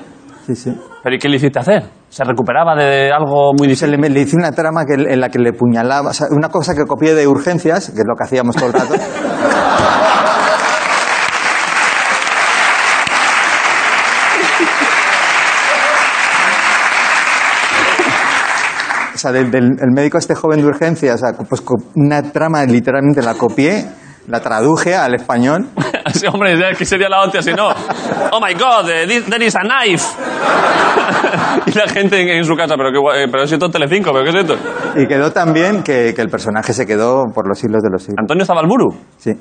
Sí, sí. ¿Pero y qué le hiciste hacer? ¿Se recuperaba de algo muy Se difícil? le, me- le hice una trama que, en la que le puñalaba, o sea, una cosa que copié de urgencias, que es lo que hacíamos todo el rato. O sea, del, del- el médico este joven de urgencias, o sea, pues co- una trama literalmente la copié, la traduje al español. Sí, hombre, ya que sería la hostia si no. Oh my god, eh, this- there is a knife. y la gente en, en su casa, pero qué guay, eh, pero si esto es Telecinco, pero qué es esto. Y quedó tan bien que, que el personaje se quedó por los siglos de los siglos. Antonio Zabalburu. Sí.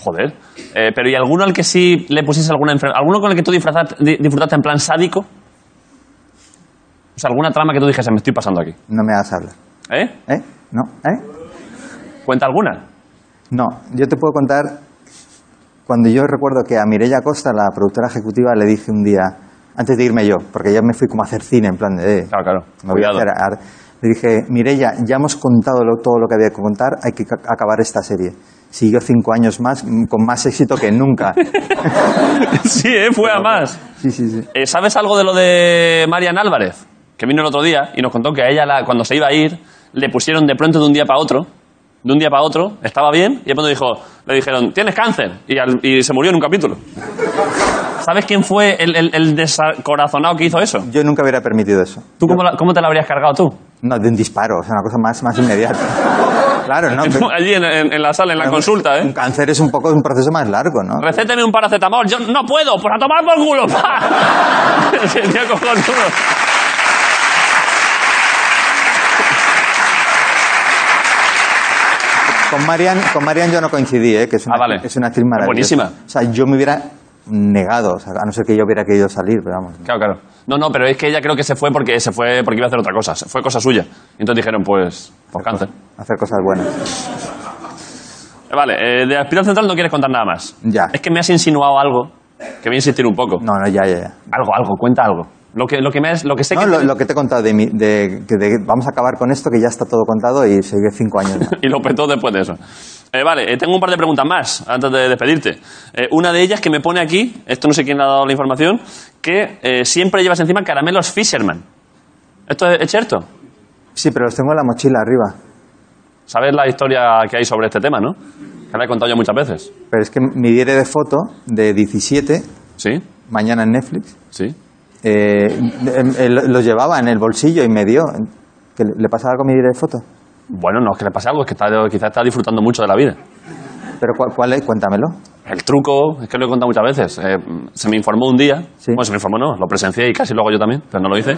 Joder. Eh, pero ¿y alguno al que sí le pusiese alguna enfermedad? ¿Alguno con el que tú disfrazat- di- disfrutaste en plan sádico? O sea, alguna trama que tú dijese, me estoy pasando aquí. No me hagas hablar. ¿Eh? ¿Eh? ¿No? ¿Eh? ¿Cuenta alguna? No, yo te puedo contar cuando yo recuerdo que a Mireia Costa, la productora ejecutiva, le dije un día, antes de irme yo, porque ya me fui como a hacer cine, en plan de... eh, Claro, claro. me voy a Cuidado. hacer ar- Le dije, Mireia, ya hemos contado lo- todo lo que había que contar, hay que ca- acabar esta serie. Siguió cinco años más, mm, con más éxito que nunca. sí, ¿eh? Fue a más. Sí, sí, sí. Eh, ¿Sabes algo de lo de Marian Álvarez? Que vino el otro día y nos contó que a ella, la- cuando se iba a ir, le pusieron de pronto de un día para otro. De un día para otro, estaba bien, y de pronto dijo, le dijeron, tienes cáncer. Y, al- y se murió en un capítulo. ¿Sabes quién fue el, el- el descorazonado que hizo eso? Yo nunca hubiera permitido eso. ¿Tú cómo, la- cómo te la habrías cargado tú? No, de un disparo, o sea, una cosa más, más inmediata. Claro, Pues ¿no? Pero Allí en, en- en la sala, en la consulta, ¿eh? un cáncer es un poco un proceso más largo, ¿no? Recéteme un paracetamol. Yo no puedo, pues a tomar por culo. pa. Sí, tío, cojonudo. Con Marian, con Marian yo no coincidí, ¿eh? que Ah, es una, es una actriz maravillosa. Buenísima. O sea, yo me hubiera negado, o sea, a no ser que yo hubiera querido salir, pero vamos. Claro, claro. No, no, pero es que ella creo que se fue porque se fue porque iba a hacer otra cosa. Se Fue cosa suya. Entonces dijeron, pues, por cáncer. Hacer cosas buenas. Eh, Vale, eh, de Hospital Central no quieres contar nada más. Ya. Es que me has insinuado algo que voy a insistir un poco. No, no, ya, ya, ya. Algo, algo, cuenta algo. Lo que, lo que, me has- lo que sé No, que... lo, lo que te he contado de, mi- de- que de- vamos a acabar con esto, que ya está todo contado y seguir cinco años más. y lo petó después de eso. Eh, vale, eh, tengo un par de preguntas más antes de despedirte. Eh, una de ellas que me pone aquí, esto no sé quién le ha dado la información, que eh, siempre llevas encima caramelos Fisherman. ¿Esto es, es cierto? Sí, pero los tengo en la mochila arriba. Sabes la historia que hay sobre este tema, ¿no? Que la he contado yo muchas veces. Pero es que mi diario de foto de 17, mañana en Netflix, eh, em, em, lo llevaba en el bolsillo y me dio. ¿Que le- ¿Le pasaba algo a mi diario de foto? Bueno, no es que le pase algo, es que está, quizás está disfrutando mucho de la vida. ¿Pero cuál, cuál es? Cuéntamelo. El truco, es que lo he contado muchas veces, eh, se me informó un día, bueno, se me informó no, lo presencié y casi luego yo también, pero no lo hice,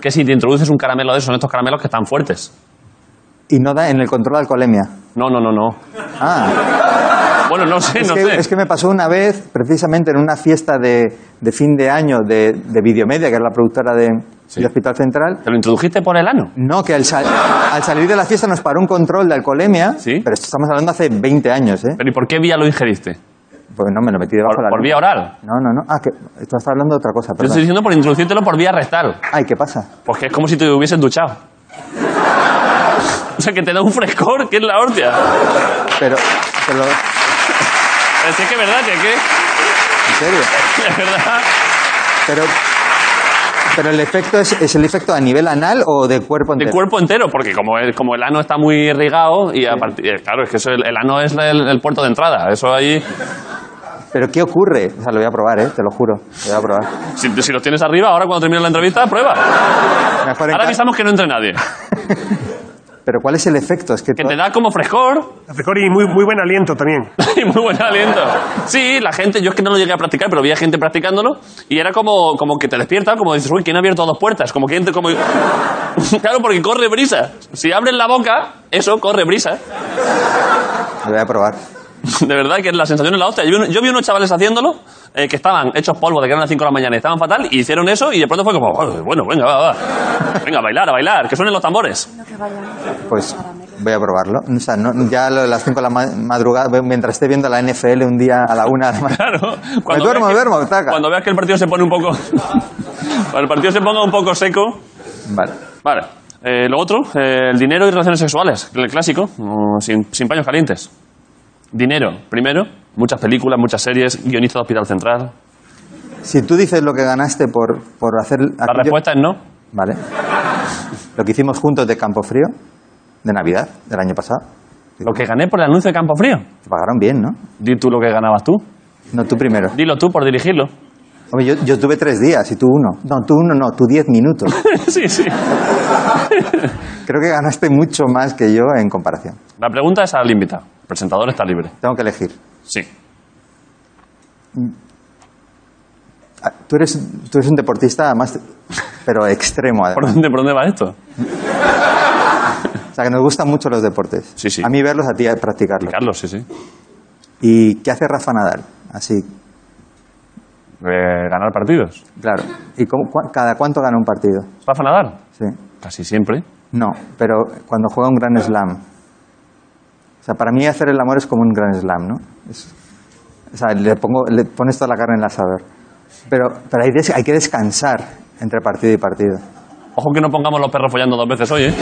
que si te introduces un caramelo de esos, son estos caramelos que están fuertes. Y no da en el control de alcoholemia. No, no, no, no. Ah, Bueno, no sé, es, no que, sé. es que me pasó una vez, precisamente en una fiesta de, de fin de año de, de Videomedia, que es la productora de, de Hospital Central. ¿Te lo introdujiste por el ano? No, que al, sal- al salir de la fiesta nos paró un control de alcoholemia. Pero esto estamos hablando hace 20 años, ¿eh? ¿Pero y por qué vía lo ingeriste? Pues no, me lo metí debajo ¿Por, de la por vía lengua. oral? No, no, no. Ah, que estás hablando de otra cosa, Yo estoy perdón. diciendo por introducírtelo por vía rectal. Ay, ¿qué pasa? Pues que es como si te hubieses duchado. o sea, que te da un frescor, que es la hostia. Pero, pero... Es que es verdad, que... que- ¿En serio? Es verdad. Pero, pero el efecto es, es el efecto a nivel anal o de cuerpo De entero. cuerpo entero, porque como el, como el ano está muy irrigado, y a partir, eh, claro, es que eso, el, el ano es el, el puerto de entrada. Eso ahí, Pero ¿qué ocurre? O sea, lo voy a probar, ¿eh? Te lo juro. Lo voy a probar. si, si lo tienes arriba, ahora cuando termine la entrevista, prueba. Mejor en Ahora ca- avisamos que no entre nadie. Pero ¿cuál es el efecto? Es que, Que te da como frescor Frescor y muy, muy buen aliento también. y muy buen aliento. Sí, la gente, yo es que no lo llegué a practicar, pero vi a gente practicándolo y era como, como que te despierta, como dices, uy, ¿quién ha abierto dos puertas? Como que entre, como... claro, porque corre brisa. Si abres la boca, eso, corre brisa. Lo voy a probar. De verdad que la sensación es la hostia. Yo vi, uno- yo vi unos chavales haciéndolo eh, que estaban hechos polvo de que eran las 5 de la mañana y estaban fatal y hicieron eso y de pronto fue como, "Oh, bueno, venga, va, va. Venga, a bailar, a bailar, que suenen los tambores. Pues voy a probarlo. O sea, no- ya lo de las 5 de la ma- madrugada, ve- mientras esté viendo la NFL un día a la 1 de la mañana. Claro. Me duermo, veas que- duermo, taca. Cuando veas que el partido se pone un poco... cuando el partido se ponga un poco seco... Vale. Vale. Eh, lo otro, eh, el dinero y relaciones sexuales, el clásico, mm, sin, sin paños calientes. Dinero, primero, muchas películas, muchas series, guionista de Hospital Central. Si tú dices lo que ganaste por, por hacer... La respuesta es no. Vale. Lo que hicimos juntos de Campo Frío, de Navidad, del año pasado. Lo que gané por el anuncio de Campo Frío. Te pagaron bien, ¿no? Di tú lo que ganabas tú. No, tú primero. Dilo tú por dirigirlo. Hombre, yo, yo tuve tres días y tú uno. No, tú uno no, tú diez minutos. sí, sí. Creo que ganaste mucho más que yo en comparación. La pregunta es al invitado. El presentador está libre. Tengo que elegir. Sí. Mm. Ah, Tú eres, tú eres un deportista más, pero extremo ¿Por además. dónde, por dónde va esto? O sea, que nos gustan mucho los deportes. A mí verlos, a ti practicarlos. Carlos, sí, sí. ¿Y qué hace Rafa Nadal? Así, Eh, ganar partidos. claro. ¿Y cómo- cua- cada cuánto gana un partido? ¿Rafa Nadal? Sí. Casi siempre. No, pero cuando juega un gran slam. O sea, para mí hacer el amor es como un gran slam, ¿no? Es- o sea, le, pongo, le pones toda la carne en el asador. Pero, pero hay, des- hay que descansar entre partido y partido. Ojo que no pongamos los perros follando dos veces hoy, ¿eh?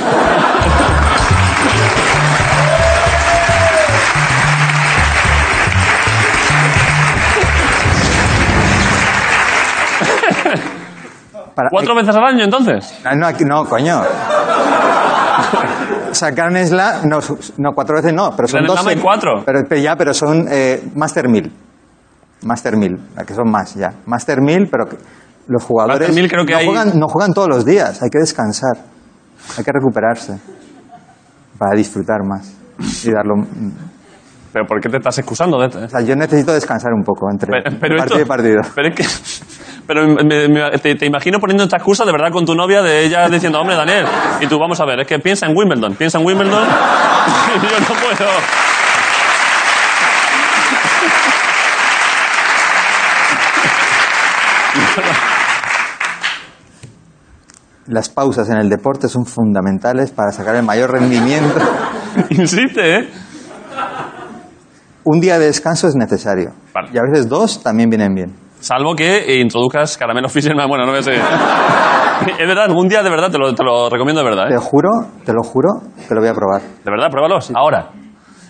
Para- ¿Cuatro veces al año, entonces? Ah, No, aquí- no, coño. O sea, Grand Slam, no, su- no, cuatro veces no, pero son Grand dos. Slam hay cuatro. Pero, pero ya, pero son eh, Master 1000. Master 1000, la que son más ya. Master 1000, pero que los jugadores Master 1000 creo que no, hay- juegan, no juegan todos los días, hay que descansar, hay que recuperarse para disfrutar más y darlo. mm. ¿Pero por qué te estás excusando? De... yo necesito descansar un poco entre Pero, pero partido y esto- partido. Pero es que. Pero me- me- te, te imagino poniendo esta excusa de verdad con tu novia, de ella diciendo, hombre, Daniel, y tú, vamos a ver, es que piensa en Wimbledon, piensa en Wimbledon, y yo no puedo. Las pausas en el deporte son fundamentales para sacar el mayor rendimiento. Insiste, ¿eh? Un día de este descanso es necesario. Y a veces dos también vienen bien. Salvo que eh, introduzcas caramelo Fisherman, bueno, no me sé. Es verdad, algún día de verdad te lo, te lo recomiendo de verdad, ¿eh? Te juro, te lo juro, que lo voy a probar. De verdad, pruébalos ahora.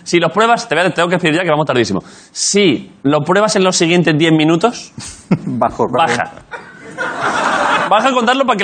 Si los pruebas, te voy a- tengo que decir ya que vamos tardísimo. Si lo pruebas en los siguientes 10 minutos, Bajo, baja. Baja a contarlo para que la